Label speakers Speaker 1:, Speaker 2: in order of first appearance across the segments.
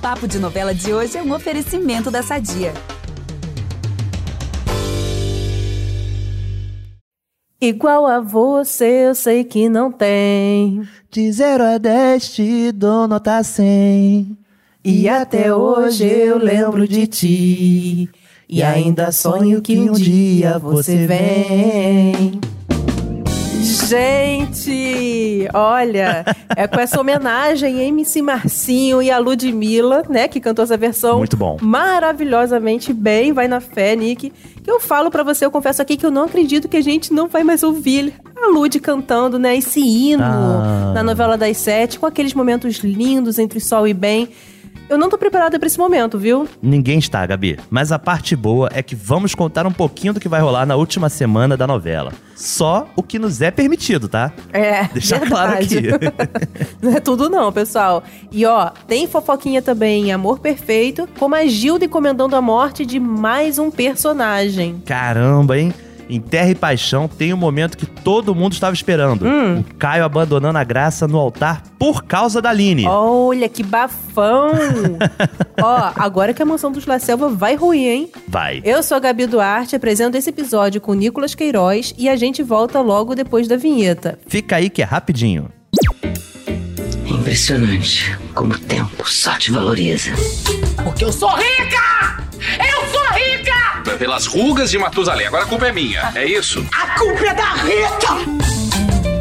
Speaker 1: Papo de Novela de hoje é um oferecimento da Sadia.
Speaker 2: Igual a você, eu sei que não tem.
Speaker 3: De 0 a 10 te dou nota 100.
Speaker 2: E até hoje eu lembro de ti. E ainda sonho que um dia você vem. Gente, olha, é com essa homenagem a MC Marcinho e a Ludmilla, né, que cantou essa versão
Speaker 3: Muito bom.
Speaker 2: maravilhosamente bem, vai na fé, Nick. Que eu falo pra você, eu confesso aqui que eu não acredito que a gente não vai mais ouvir a Lud cantando, né, esse hino
Speaker 3: Ah.
Speaker 2: na novela das sete, com aqueles momentos lindos entre sol e bem. Eu não tô preparada pra esse momento, viu?
Speaker 3: Ninguém está, Gabi. Mas a parte boa é que vamos contar um pouquinho do que vai rolar na última semana da novela. Só o que nos é permitido, tá?
Speaker 2: É,
Speaker 3: Deixar
Speaker 2: verdade.
Speaker 3: claro aqui.
Speaker 2: Não é tudo não, pessoal. E ó, tem fofoquinha também em Amor Perfeito, como a Gilda encomendando a morte de mais um personagem.
Speaker 3: Caramba, hein? Em Terra e Paixão tem um momento que todo mundo estava esperando.
Speaker 2: Hum.
Speaker 3: O Caio abandonando a graça no altar por causa da Aline.
Speaker 2: Olha, que bafão! ó, agora que a mansão dos La Selva vai ruir, hein?
Speaker 3: Vai.
Speaker 2: Eu sou a Gabi Duarte, apresento esse episódio com o Nicolas Queiroz e a gente volta logo depois da vinheta.
Speaker 3: Fica aí que é rapidinho.
Speaker 4: É impressionante como o tempo só te valoriza.
Speaker 5: Porque eu sou rica! Eu sou rica!
Speaker 6: pelas rugas de Matusalém. Agora a culpa é minha, é isso?
Speaker 5: A culpa é da Rita!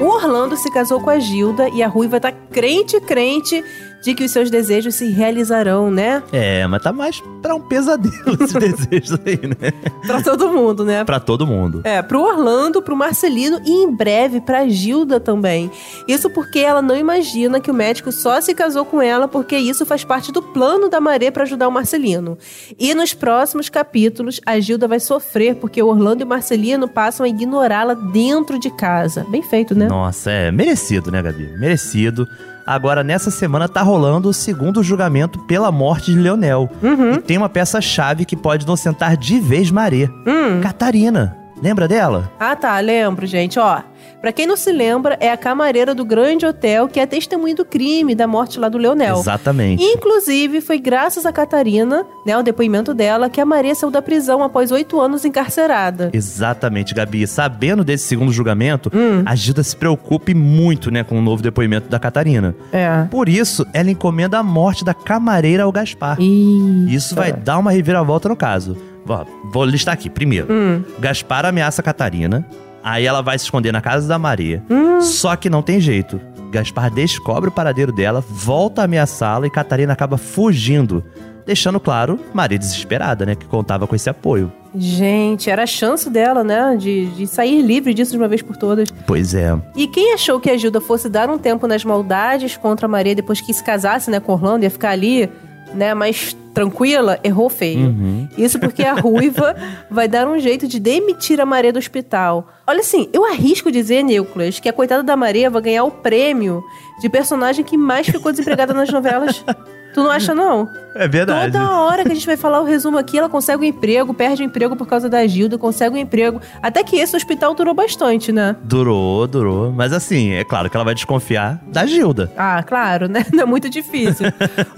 Speaker 2: O Orlando se casou com a Gilda e a Ruiva tá crente, crente de que os seus desejos se realizarão, né?
Speaker 3: É, mas tá mais pra um pesadelo esse desejo aí, né?
Speaker 2: Pra todo mundo, né?
Speaker 3: Pra todo mundo.
Speaker 2: É, pro Orlando, pro Marcelino e em breve pra Gilda também. Isso porque ela não imagina que o médico só se casou com ela porque isso faz parte do plano da Maré pra ajudar o Marcelino. E nos próximos capítulos, a Gilda vai sofrer porque o Orlando e o Marcelino passam a ignorá-la dentro de casa. Bem feito, né?
Speaker 3: Nossa, é merecido, né, Gabi? Merecido. Agora, nessa semana, tá rolando o segundo julgamento pela morte de Leonel.
Speaker 2: Uhum.
Speaker 3: E tem uma peça-chave que pode inocentar de vez Maré.
Speaker 2: Hum.
Speaker 3: Catarina. Lembra dela?
Speaker 2: Ah, tá, lembro, gente, ó. Pra quem não se lembra, é a camareira do grande hotel que é testemunha do crime da morte lá do Leonel.
Speaker 3: Exatamente.
Speaker 2: Inclusive, foi graças a Catarina, né, ao depoimento dela, que a Maria saiu da prisão após oito anos encarcerada.
Speaker 3: Exatamente, Gabi. Sabendo desse segundo julgamento,
Speaker 2: Hum,
Speaker 3: a Gilda se preocupe muito, né, com o novo depoimento da Catarina.
Speaker 2: é.
Speaker 3: Por isso, ela encomenda a morte da camareira ao Gaspar.
Speaker 2: E...
Speaker 3: Isso vai dar uma reviravolta no caso. Ó, vou listar aqui. Primeiro,
Speaker 2: Hum,
Speaker 3: Gaspar ameaça a Catarina. Aí ela vai se esconder na casa da Maria.
Speaker 2: Hum.
Speaker 3: Só que não tem jeito. Gaspar descobre o paradeiro dela, volta a ameaçá-la e Catarina acaba fugindo. Deixando claro, Maria desesperada, né? Que contava com esse apoio.
Speaker 2: gente, era a chance dela, né, de, de sair livre disso de uma vez por todas.
Speaker 3: Pois é.
Speaker 2: E quem achou que a Gilda fosse dar um tempo nas maldades contra a Maria depois que se casasse, né, com Orlando, ia ficar ali, né, mais tranquila, errou feio.
Speaker 3: Uhum.
Speaker 2: Isso porque a ruiva vai dar um jeito de demitir a Maria do hospital. Olha assim, eu arrisco dizer, Nicolas, que a coitada da Maria vai ganhar o prêmio de personagem que mais ficou desempregada nas novelas. Tu não acha, não?
Speaker 3: É verdade.
Speaker 2: Toda hora que a gente vai falar o resumo aqui, ela consegue um emprego, perde o emprego por causa da Gilda, consegue um emprego. Até que esse hospital durou bastante, né?
Speaker 3: Durou, durou. Mas assim, é claro que ela vai desconfiar da Gilda.
Speaker 2: Ah, claro, né? Não é muito difícil.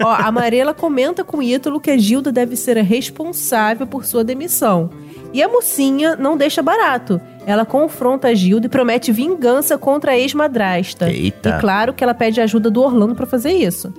Speaker 2: Ó, a Marela comenta com o Ítalo que a Gilda deve ser a responsável por sua demissão. E a mocinha não deixa barato. Ela confronta a Gilda e promete vingança contra a ex-madrasta.
Speaker 3: Eita.
Speaker 2: É, E claro que ela pede ajuda do Orlando pra fazer isso.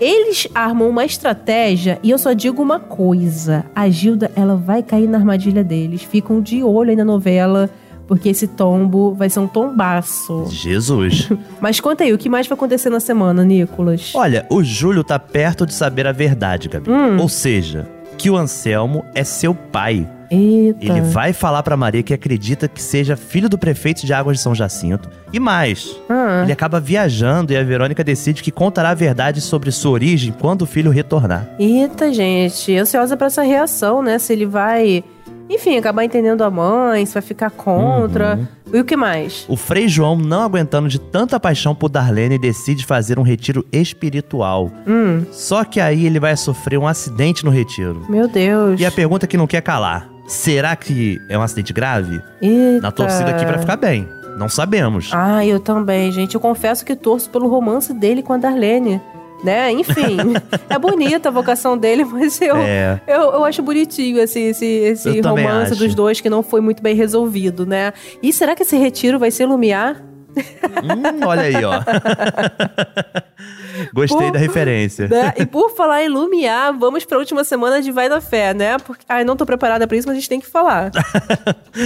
Speaker 2: Eles armam uma estratégia e eu só digo uma coisa: a Gilda ela vai cair na armadilha deles. Ficam de olho aí na novela, porque esse tombo vai ser um tombaço.
Speaker 3: Jesus.
Speaker 2: Mas conta aí, o que mais vai acontecer na semana, Nicolas?
Speaker 3: Olha, o Júlio tá perto de saber a verdade, Gabi.
Speaker 2: Hum.
Speaker 3: Ou seja, que o Anselmo é seu pai.
Speaker 2: Eita.
Speaker 3: Ele vai falar pra Maria que acredita que seja filho do prefeito de Águas de São Jacinto. E mais,
Speaker 2: Ah,
Speaker 3: ele acaba viajando e a Verônica decide que contará a verdade sobre sua origem quando o filho retornar.
Speaker 2: Eita, gente. Ansiosa pra essa reação, né? Se ele vai, enfim, acabar entendendo a mãe, se vai ficar contra.
Speaker 3: Uhum.
Speaker 2: E o que mais?
Speaker 3: O Frei João, não aguentando de tanta paixão por Darlene, decide fazer um retiro espiritual.
Speaker 2: Hum,
Speaker 3: Só que aí ele vai sofrer um acidente no retiro.
Speaker 2: meu Deus.
Speaker 3: E a pergunta que não quer calar: será que é um acidente grave?
Speaker 2: Eita.
Speaker 3: Na torcida aqui pra ficar bem. Não sabemos.
Speaker 2: Ah, eu também, gente. Eu confesso que torço pelo romance dele com a Darlene. Né? Enfim, é bonita a vocação dele, mas eu,
Speaker 3: É.
Speaker 2: eu, eu acho bonitinho esse, esse, esse
Speaker 3: Eu também
Speaker 2: romance
Speaker 3: acho.
Speaker 2: dos dois que não foi muito bem resolvido, né? E será que esse retiro vai ser Lumiar?
Speaker 3: Hum, olha aí, ó. Gostei da referência.
Speaker 2: Né? E por falar em Lumiar, vamos pra última semana de Vai da Fé, né? Porque, ai, não tô preparada pra isso, mas a gente tem que falar.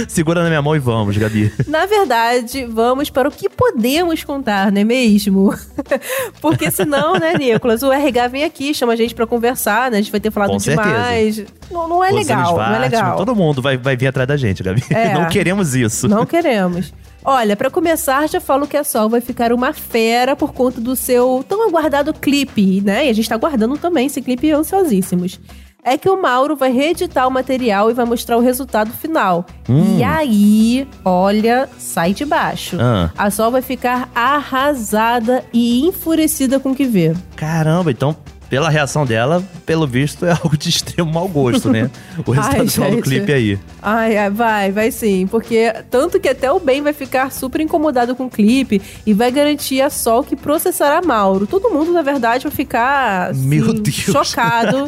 Speaker 3: Segura na minha mão e vamos, Gabi.
Speaker 2: Na verdade, vamos para o que podemos contar, não é mesmo? Porque senão, né, Nicolas, o RH vem aqui, chama a gente pra conversar, né? A gente vai ter falado
Speaker 3: Com certeza.
Speaker 2: demais. Não, não é
Speaker 3: Rosane
Speaker 2: legal, não é
Speaker 3: Schwartzman,
Speaker 2: legal.
Speaker 3: Todo mundo vai, vai vir atrás da gente, Gabi.
Speaker 2: É.
Speaker 3: Não queremos isso.
Speaker 2: Não queremos. Olha, pra começar, já falo que a Sol vai ficar uma fera por conta do seu tão aguardado clipe, né? E a gente tá aguardando também esse clipe ansiosíssimos. É que o Mauro vai reeditar o material e vai mostrar o resultado final.
Speaker 3: Hum.
Speaker 2: E aí, olha, sai de baixo.
Speaker 3: Ah,
Speaker 2: A Sol vai ficar arrasada e enfurecida com o que vê.
Speaker 3: caramba, então, pela reação dela, pelo visto, é algo de extremo mau gosto, né? O
Speaker 2: Ai,
Speaker 3: resultado final do
Speaker 2: gente.
Speaker 3: clipe aí.
Speaker 2: Ai, ai, vai, vai sim. Porque tanto que até o Ben vai ficar super incomodado com o clipe e vai garantir a Sol que processará Mauro. Todo mundo, na verdade, vai ficar assim,
Speaker 3: Meu Deus.
Speaker 2: chocado,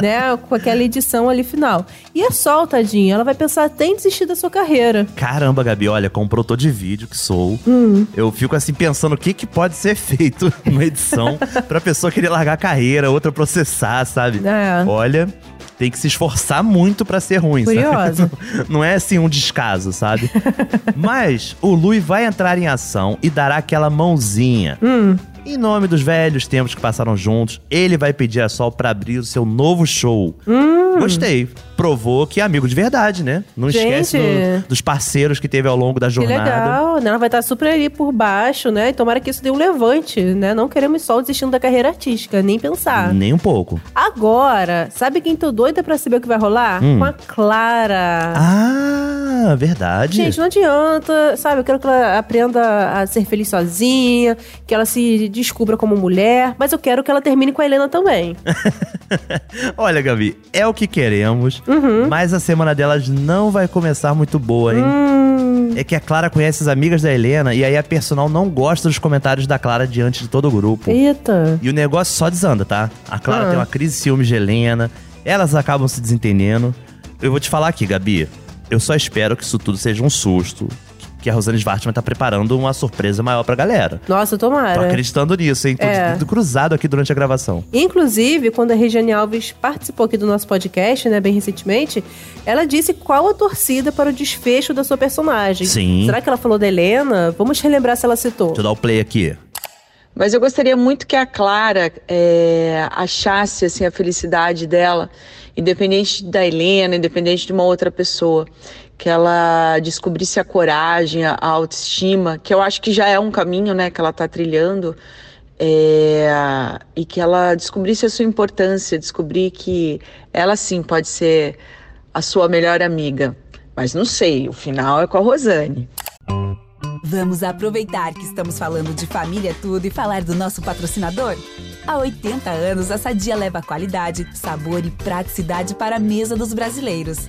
Speaker 2: né, com aquela edição ali final. E a Sol, tadinha, ela vai pensar até em desistir da sua carreira.
Speaker 3: Caramba, Gabi, olha, como produtor de vídeo que sou,
Speaker 2: Hum.
Speaker 3: eu fico assim pensando o que, que pode ser feito numa edição pra pessoa querer largar a carreira, outra processar, sabe?
Speaker 2: É.
Speaker 3: Olha, tem que se esforçar muito pra ser ruim, sabe?
Speaker 2: Curiosa.
Speaker 3: Não é assim um descaso, sabe? Mas o Lui vai entrar em ação e dará aquela mãozinha.
Speaker 2: Hum.
Speaker 3: Em nome dos velhos tempos que passaram juntos, ele vai pedir a Sol pra abrir o seu novo show. Gostei. Provou que é amigo de verdade, né? Não
Speaker 2: Hum. Gente.
Speaker 3: esquece do- dos parceiros que teve ao longo da
Speaker 2: Que
Speaker 3: jornada.
Speaker 2: legal, né? Ela vai estar super ali por baixo, né? E tomara que isso dê um levante, né? Não queremos só desistindo da carreira artística, nem pensar.
Speaker 3: Nem um pouco.
Speaker 2: Agora, sabe quem tô doida pra saber o que vai rolar?
Speaker 3: Hum.
Speaker 2: Com a Clara.
Speaker 3: Ah, verdade.
Speaker 2: Gente, não adianta, sabe? Eu quero que ela aprenda a ser feliz sozinha, que ela se descubra como mulher, mas eu quero que ela termine com a Helena também.
Speaker 3: Olha, Gabi, é o que queremos,
Speaker 2: Uhum.
Speaker 3: mas a semana delas não vai começar muito boa, hein?
Speaker 2: Hum,
Speaker 3: É que a Clara conhece as amigas da Helena e aí a personal não gosta dos comentários da Clara diante de todo o grupo.
Speaker 2: eita.
Speaker 3: E o negócio só desanda, tá? A Clara
Speaker 2: Ah.
Speaker 3: tem uma crise de ciúmes de Helena, elas acabam se desentendendo. Eu vou te falar aqui, Gabi, eu só espero que isso tudo seja um susto, que a Rosane Schwartzman tá preparando uma surpresa maior pra galera.
Speaker 2: Nossa,
Speaker 3: Tô
Speaker 2: tomara.
Speaker 3: acreditando nisso, hein? Tô
Speaker 2: É.
Speaker 3: de dedo cruzado aqui durante a gravação.
Speaker 2: Inclusive, quando a Regiane Alves participou aqui do nosso podcast, né, bem recentemente, ela disse qual a torcida para o desfecho da sua personagem.
Speaker 3: Sim.
Speaker 2: Será que ela falou da Helena? Vamos relembrar se ela citou.
Speaker 3: Deixa eu dar o play aqui.
Speaker 7: Mas eu gostaria muito que a Clara é, achasse assim, a felicidade dela, independente da Helena, independente de uma outra pessoa. Que ela descobrisse a coragem, a autoestima, que eu acho que já é um caminho né, que ela está trilhando. é, e que ela descobrisse a sua importância, descobrir que ela sim pode ser a sua melhor amiga. Mas não sei, o final é com a Rosane.
Speaker 1: Vamos aproveitar que estamos falando de família tudo e falar do nosso patrocinador? Há 80 anos, a Sadia leva qualidade, sabor e praticidade para a mesa dos brasileiros.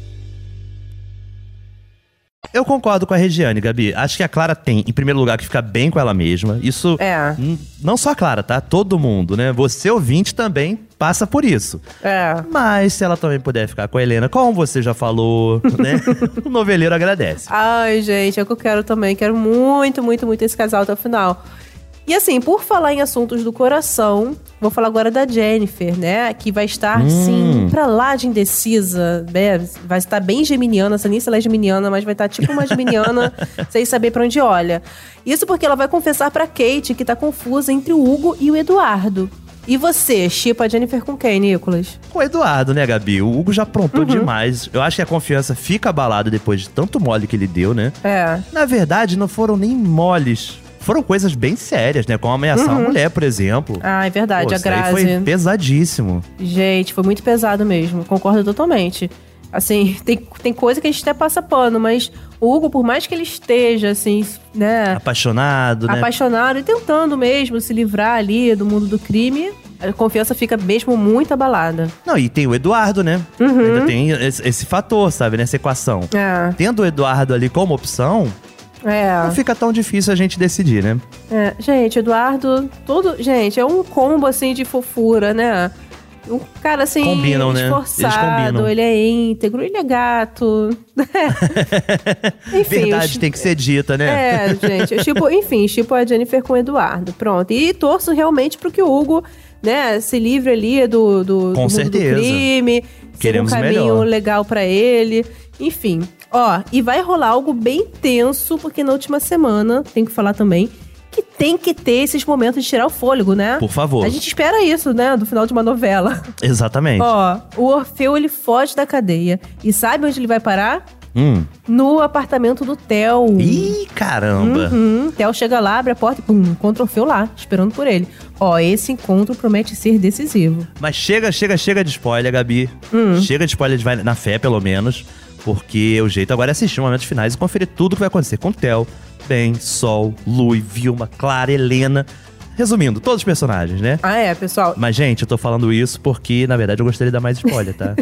Speaker 3: Eu concordo com a Regiane, Gabi. Acho que a Clara tem, em primeiro lugar, que ficar bem com ela mesma. Isso
Speaker 2: É,
Speaker 3: Hum, Não só a Clara, tá? Todo mundo, né? Você ouvinte também passa por isso.
Speaker 2: é.
Speaker 3: Mas se ela também puder ficar com a Helena, como você já falou, né? o noveleiro agradece.
Speaker 2: Ai, gente, é o que eu quero também. Quero muito, muito, muito esse casal até o final. E assim, por falar em assuntos do coração, vou falar agora da Jennifer, né? Que vai estar,
Speaker 3: Hum.
Speaker 2: sim, pra lá de indecisa. né? Vai estar bem geminiana, sei nem se ela é geminiana, mas vai estar tipo uma geminiana sem saber pra onde olha. Isso porque ela vai confessar pra Kate que tá confusa entre o Hugo e o Eduardo. E você, chipa a Jennifer com quem, Nicolas?
Speaker 3: Com o Eduardo, né, Gabi? O Hugo já
Speaker 2: Uhum.
Speaker 3: aprontou demais. Eu acho que a confiança fica abalada depois de tanto mole que ele deu, né?
Speaker 2: É.
Speaker 3: Na verdade, não foram nem moles. Foram coisas bem sérias, né? Como ameaçar uma mulher, por exemplo.
Speaker 2: Ah, é Uhum. verdade,
Speaker 3: Pô,
Speaker 2: a
Speaker 3: isso aí
Speaker 2: Grazi.
Speaker 3: foi pesadíssimo.
Speaker 2: Gente, foi muito pesado mesmo. Concordo totalmente. Assim, tem, tem coisa que a gente até passa pano, mas O Hugo, por mais que ele esteja, assim, né?
Speaker 3: Apaixonado, né?
Speaker 2: apaixonado e tentando mesmo se livrar ali do mundo do crime, a confiança fica mesmo muito abalada.
Speaker 3: Não, e tem o Eduardo, né?
Speaker 2: Uhum.
Speaker 3: Ainda tem esse, esse fator, sabe, nessa equação.
Speaker 2: É,
Speaker 3: Tendo o Eduardo ali como opção, não
Speaker 2: é,
Speaker 3: fica tão difícil a gente decidir, né?
Speaker 2: é. Gente, Eduardo, todo. Gente, é um combo assim de fofura, né? Um cara assim,
Speaker 3: Combinam, né? Eles
Speaker 2: esforçado,
Speaker 3: combinam.
Speaker 2: ele é íntegro, ele é gato. Enfim,
Speaker 3: Verdade
Speaker 2: os-
Speaker 3: tem que ser dita, né?
Speaker 2: É, gente. eu Tipo, enfim, tipo a Jennifer com o Eduardo. Pronto. E torço realmente pro que o Hugo, né, se livre ali do, do, do
Speaker 3: Com
Speaker 2: mundo
Speaker 3: certeza.
Speaker 2: do crime. siga
Speaker 3: Queremos
Speaker 2: um caminho
Speaker 3: melhor.
Speaker 2: legal pra ele. Enfim. Ó, e vai rolar algo bem tenso, porque na última semana, tem que falar também, que tem que ter esses momentos de tirar o fôlego, né?
Speaker 3: Por favor.
Speaker 2: A gente espera isso, né, do final de uma novela.
Speaker 3: Exatamente.
Speaker 2: Ó, o Orfeu, ele foge da cadeia. E sabe onde ele vai parar?
Speaker 3: Hum.
Speaker 2: No apartamento do Theo.
Speaker 3: Ih, caramba.
Speaker 2: Hum. Uhum. Theo chega lá, abre a porta e pum, encontra o Orfeu lá, esperando por ele. Ó, esse encontro promete ser decisivo.
Speaker 3: Mas chega, chega, chega de spoiler, Gabi.
Speaker 2: Hum.
Speaker 3: Chega de spoiler de vai na fé, pelo menos. Porque o jeito agora é assistir os momentos finais e conferir tudo o que vai acontecer com o Theo, Ben, Sol, Lui, Vilma, Clara, Helena. Resumindo, todos os personagens, né?
Speaker 2: Ah, é, pessoal.
Speaker 3: Mas, gente, eu tô falando isso porque, na verdade, eu gostaria de dar mais spoiler, tá?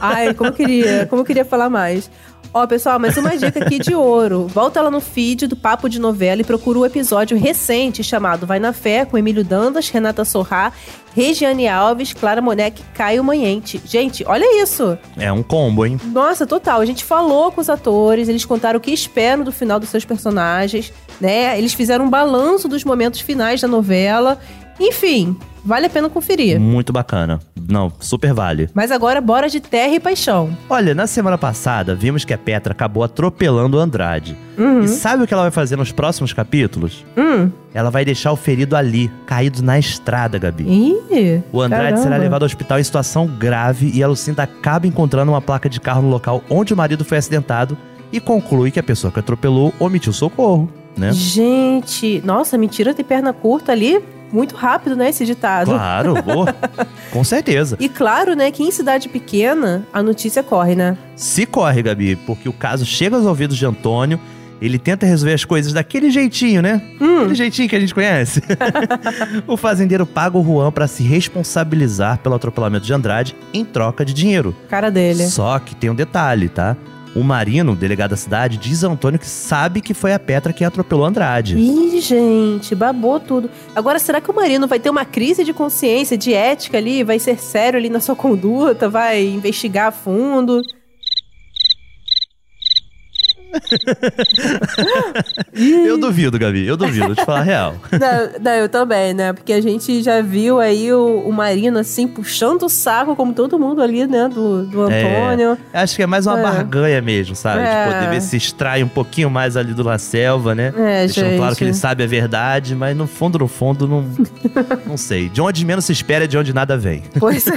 Speaker 2: Ai, como eu queria, como eu queria falar mais. Ó, pessoal, mas uma dica aqui de ouro. Volta lá no feed do Papo de Novela e procura o episódio recente chamado Vai na Fé, com Emílio Dandas, Renata Sorrá, Regiane Alves, Clara Moneck e Caio Manhente. Gente, olha isso!
Speaker 3: é um combo, hein?
Speaker 2: Nossa, total. A gente falou com os atores, eles contaram o que esperam do final dos seus personagens, né? Eles fizeram um balanço dos momentos finais da novela. Enfim, vale a pena conferir.
Speaker 3: Muito bacana. Não, super vale.
Speaker 2: Mas agora bora de terra e paixão.
Speaker 3: Olha, na semana passada, vimos que a Petra acabou atropelando o Andrade.
Speaker 2: Uhum.
Speaker 3: E sabe o que ela vai fazer nos próximos capítulos?
Speaker 2: Hum.
Speaker 3: Ela vai deixar o ferido ali, caído na estrada, Gabi.
Speaker 2: Ih,
Speaker 3: O Andrade
Speaker 2: caramba.
Speaker 3: será levado ao hospital em situação grave e a Lucinda acaba encontrando uma placa de carro no local onde o marido foi acidentado e conclui que a pessoa que atropelou omitiu socorro, né?
Speaker 2: Gente, nossa, mentira tem perna curta ali. Muito rápido, né, esse ditado.
Speaker 3: Claro, boa. com certeza.
Speaker 2: E claro, né, que em cidade pequena a notícia corre, né?
Speaker 3: Se corre, Gabi, porque o caso chega aos ouvidos de Antônio, ele tenta resolver as coisas daquele jeitinho, né?
Speaker 2: Hum.
Speaker 3: Aquele jeitinho que a gente conhece. o fazendeiro paga o Juan pra se responsabilizar pelo atropelamento de Andrade em troca de dinheiro.
Speaker 2: Cara dele.
Speaker 3: Só que tem um detalhe, tá? O Marino, o delegado da cidade, diz a Antônio que sabe que foi a Petra quem atropelou Andrade.
Speaker 2: Ih, gente, babou tudo. Agora, será que o Marino vai ter uma crise de consciência, de ética ali? Vai ser sério ali na sua conduta? Vai investigar a fundo?
Speaker 3: Eu duvido, Gabi, eu duvido, vou te falar a real.
Speaker 2: não, não, eu também, né? Porque a gente já viu aí o, o Marino, assim, puxando o saco, como todo mundo ali, né? Do, do
Speaker 3: É.
Speaker 2: Antônio.
Speaker 3: Acho que é mais uma
Speaker 2: É.
Speaker 3: barganha mesmo, sabe?
Speaker 2: É.
Speaker 3: De poder ver se extrai um pouquinho mais ali do La Selva, né?
Speaker 2: É,
Speaker 3: Deixando
Speaker 2: gente.
Speaker 3: claro que ele sabe a verdade, mas no fundo, no fundo, não, não sei. De onde menos se espera, é de onde nada vem.
Speaker 2: Pois é.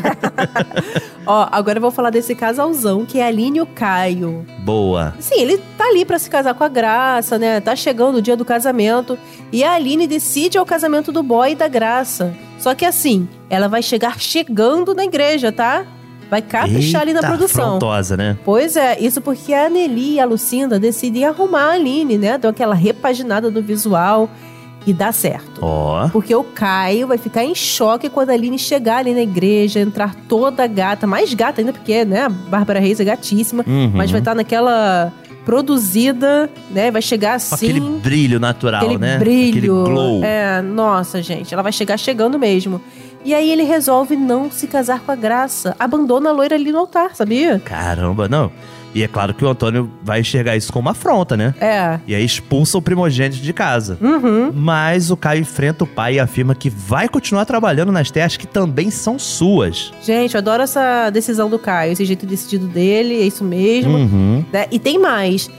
Speaker 2: Ó, agora eu vou falar desse casalzão, que é a Aline e o Caio.
Speaker 3: Boa.
Speaker 2: Sim, ele tá ali pra se casar com a Graça, né? Tá chegando o dia do casamento. E a Aline decide ao casamento do boy e da Graça. Só que assim, ela vai chegar chegando na igreja, tá? Vai caprichar ali na
Speaker 3: Eita,
Speaker 2: produção.
Speaker 3: Afrontosa, né?
Speaker 2: Pois é, isso porque a Nelly e a Lucinda decidem arrumar a Aline, né? Deu aquela repaginada do visual e dá certo.
Speaker 3: Ó.
Speaker 2: Porque o Caio vai ficar em choque quando a Aline chegar ali na igreja, entrar toda gata, mais gata ainda, porque, né, a Bárbara Reis é gatíssima
Speaker 3: Uhum.
Speaker 2: mas vai estar naquela produzida, né? Vai chegar
Speaker 3: Com
Speaker 2: assim.
Speaker 3: aquele brilho natural,
Speaker 2: aquele
Speaker 3: né?
Speaker 2: brilho.
Speaker 3: Aquele glow.
Speaker 2: É, nossa, gente, ela vai chegar chegando mesmo. E aí ele resolve não se casar com a Graça. Abandona a loira ali no altar, sabia?
Speaker 3: Caramba, não. E é claro que o Antônio vai enxergar isso como uma afronta, né?
Speaker 2: É.
Speaker 3: E aí expulsa o primogênito de casa.
Speaker 2: Uhum.
Speaker 3: Mas o Caio enfrenta o pai e afirma que vai continuar trabalhando nas terras que também são suas.
Speaker 2: Gente, eu adoro essa decisão do Caio, esse jeito decidido dele, é isso mesmo.
Speaker 3: Uhum.
Speaker 2: né? E tem mais.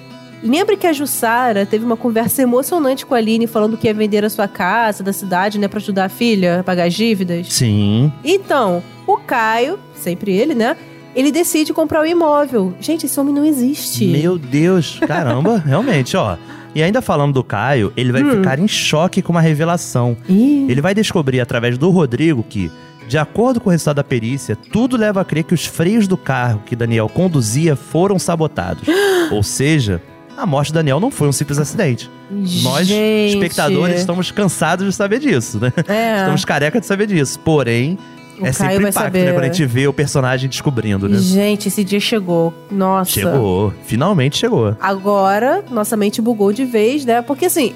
Speaker 2: Lembra que a Jussara teve uma conversa emocionante com a Aline falando que ia vender a sua casa da cidade, né, Pra ajudar a filha a pagar as dívidas?
Speaker 3: Sim.
Speaker 2: Então, o Caio, sempre ele, né? Ele decide comprar o imóvel. Gente, esse homem não existe.
Speaker 3: Meu Deus, caramba, realmente, ó. E ainda falando do Caio, ele vai
Speaker 2: Hum.
Speaker 3: ficar em choque com uma revelação.
Speaker 2: Ih,
Speaker 3: Ele vai descobrir através do Rodrigo que, de acordo com o resultado da perícia, tudo leva a crer que os freios do carro que Daniel conduzia foram sabotados. Ou seja, a morte do Daniel não foi um simples acidente. Nós,
Speaker 2: Gente.
Speaker 3: espectadores, estamos cansados de saber disso, né?
Speaker 2: É.
Speaker 3: Estamos carecas de saber disso. Porém,
Speaker 2: O
Speaker 3: é sempre
Speaker 2: Caio vai
Speaker 3: impacto, né?
Speaker 2: saber.
Speaker 3: Quando a gente vê o personagem descobrindo, né?
Speaker 2: Gente, esse dia chegou. Nossa.
Speaker 3: Chegou. Finalmente chegou.
Speaker 2: Agora, nossa mente bugou de vez, né? Porque assim,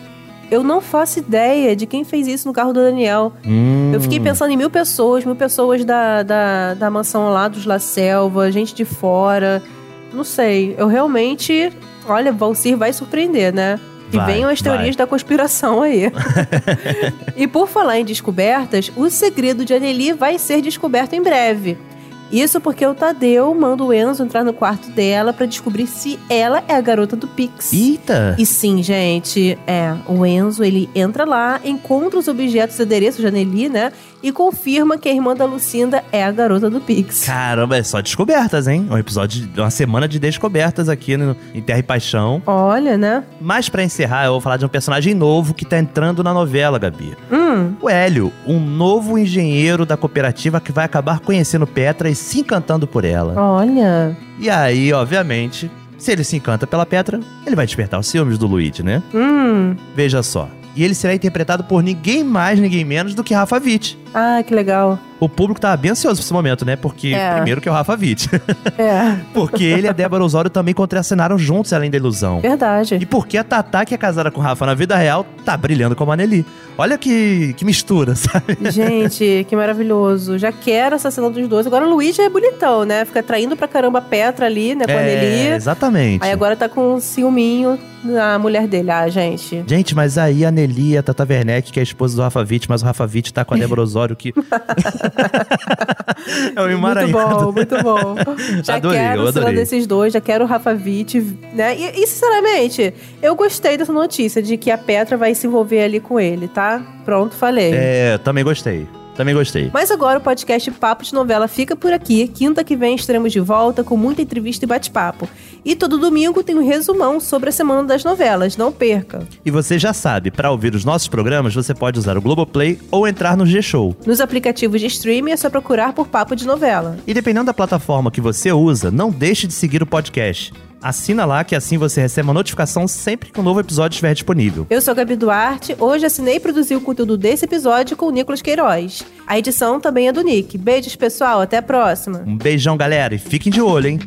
Speaker 2: eu não faço ideia de quem fez isso no carro do Daniel.
Speaker 3: Hum.
Speaker 2: Eu fiquei pensando em mil pessoas, mil pessoas da, da, da mansão lá dos La Selva, gente de fora. Não sei. Eu realmente. Olha, Valsir vai surpreender, né? E
Speaker 3: Vai,
Speaker 2: venham as teorias da conspiração aí. e por falar em descobertas, o segredo de Anneli vai ser descoberto em breve. Isso porque o Tadeu manda o Enzo entrar no quarto dela pra descobrir se ela é a garota do Pix.
Speaker 3: Eita!
Speaker 2: E sim, gente, é, o Enzo, ele entra lá, encontra os objetos e adereços de Anneli, né? E confirma que a irmã da Lucinda é a garota do Pix.
Speaker 3: Caramba, é só descobertas, hein? Um episódio, de- uma semana de descobertas aqui no, em Terra e Paixão.
Speaker 2: Olha, né?
Speaker 3: Mas pra encerrar, eu vou falar de um personagem novo que tá entrando na novela, Gabi.
Speaker 2: Hum,
Speaker 3: O Hélio, um novo engenheiro da cooperativa que vai acabar conhecendo Petra e se encantando por ela.
Speaker 2: olha.
Speaker 3: E aí, obviamente, se ele se encanta pela Petra, ele vai despertar os ciúmes do Luigi, né?
Speaker 2: Hum.
Speaker 3: Veja só. E ele será interpretado por ninguém mais, ninguém menos do que Rafa Witt.
Speaker 2: Ah, que legal.
Speaker 3: O público tá bem ansioso pra esse momento, né? Porque,
Speaker 2: É.
Speaker 3: primeiro que é o Rafa Witt.
Speaker 2: É,
Speaker 3: Porque ele e a Débora Osório também contracenaram juntos, além da ilusão. E
Speaker 2: verdade.
Speaker 3: porque a Tatá, que é casada com o Rafa na vida real, tá brilhando como a Nelly. Olha que, que
Speaker 2: É
Speaker 3: mistura, sabe?
Speaker 2: Gente, que maravilhoso. Já quero essa cena dos dois. Agora o Luigi é bonitão, né? Fica traindo pra caramba a Petra ali, né? Com a
Speaker 3: É,
Speaker 2: Anneli.
Speaker 3: exatamente.
Speaker 2: Aí agora tá com um ciúminho na mulher dele. Ah, gente.
Speaker 3: Gente, mas aí a Nelly e a Tata Werneck, que é a esposa do Rafa Witt, mas o Rafa Witt tá com a Débora Osório, que... é o
Speaker 2: Muito bom,
Speaker 3: emaranhado.
Speaker 2: muito bom. Já
Speaker 3: Adorei,
Speaker 2: quero
Speaker 3: eu
Speaker 2: o selo
Speaker 3: adorei.
Speaker 2: desses dois, já quero o Rafa Witt, né? E, e, sinceramente, eu gostei dessa notícia de que a Petra vai se envolver ali com ele, tá? Pronto, falei.
Speaker 3: É, também gostei. Também gostei.
Speaker 2: Mas agora o podcast Papo de Novela fica por aqui. Quinta que vem estaremos de volta com muita entrevista e bate-papo. E todo domingo tem um resumão sobre a semana das novelas. Não perca.
Speaker 3: E você já sabe, pra ouvir os nossos programas, você pode usar o Globoplay ou entrar no G-Show.
Speaker 2: Nos aplicativos de streaming é só procurar por Papo de Novela.
Speaker 3: E dependendo da plataforma que você usa, não deixe de seguir o podcast. Assina lá que assim você recebe uma notificação sempre que um novo episódio estiver disponível.
Speaker 2: Eu sou a Gabi Duarte, hoje assinei e produzi o conteúdo desse episódio com o Nicolas Queiroz. A edição também é do Nick. Beijos, pessoal, até a próxima!
Speaker 3: Um beijão, galera, e fiquem de olho, hein?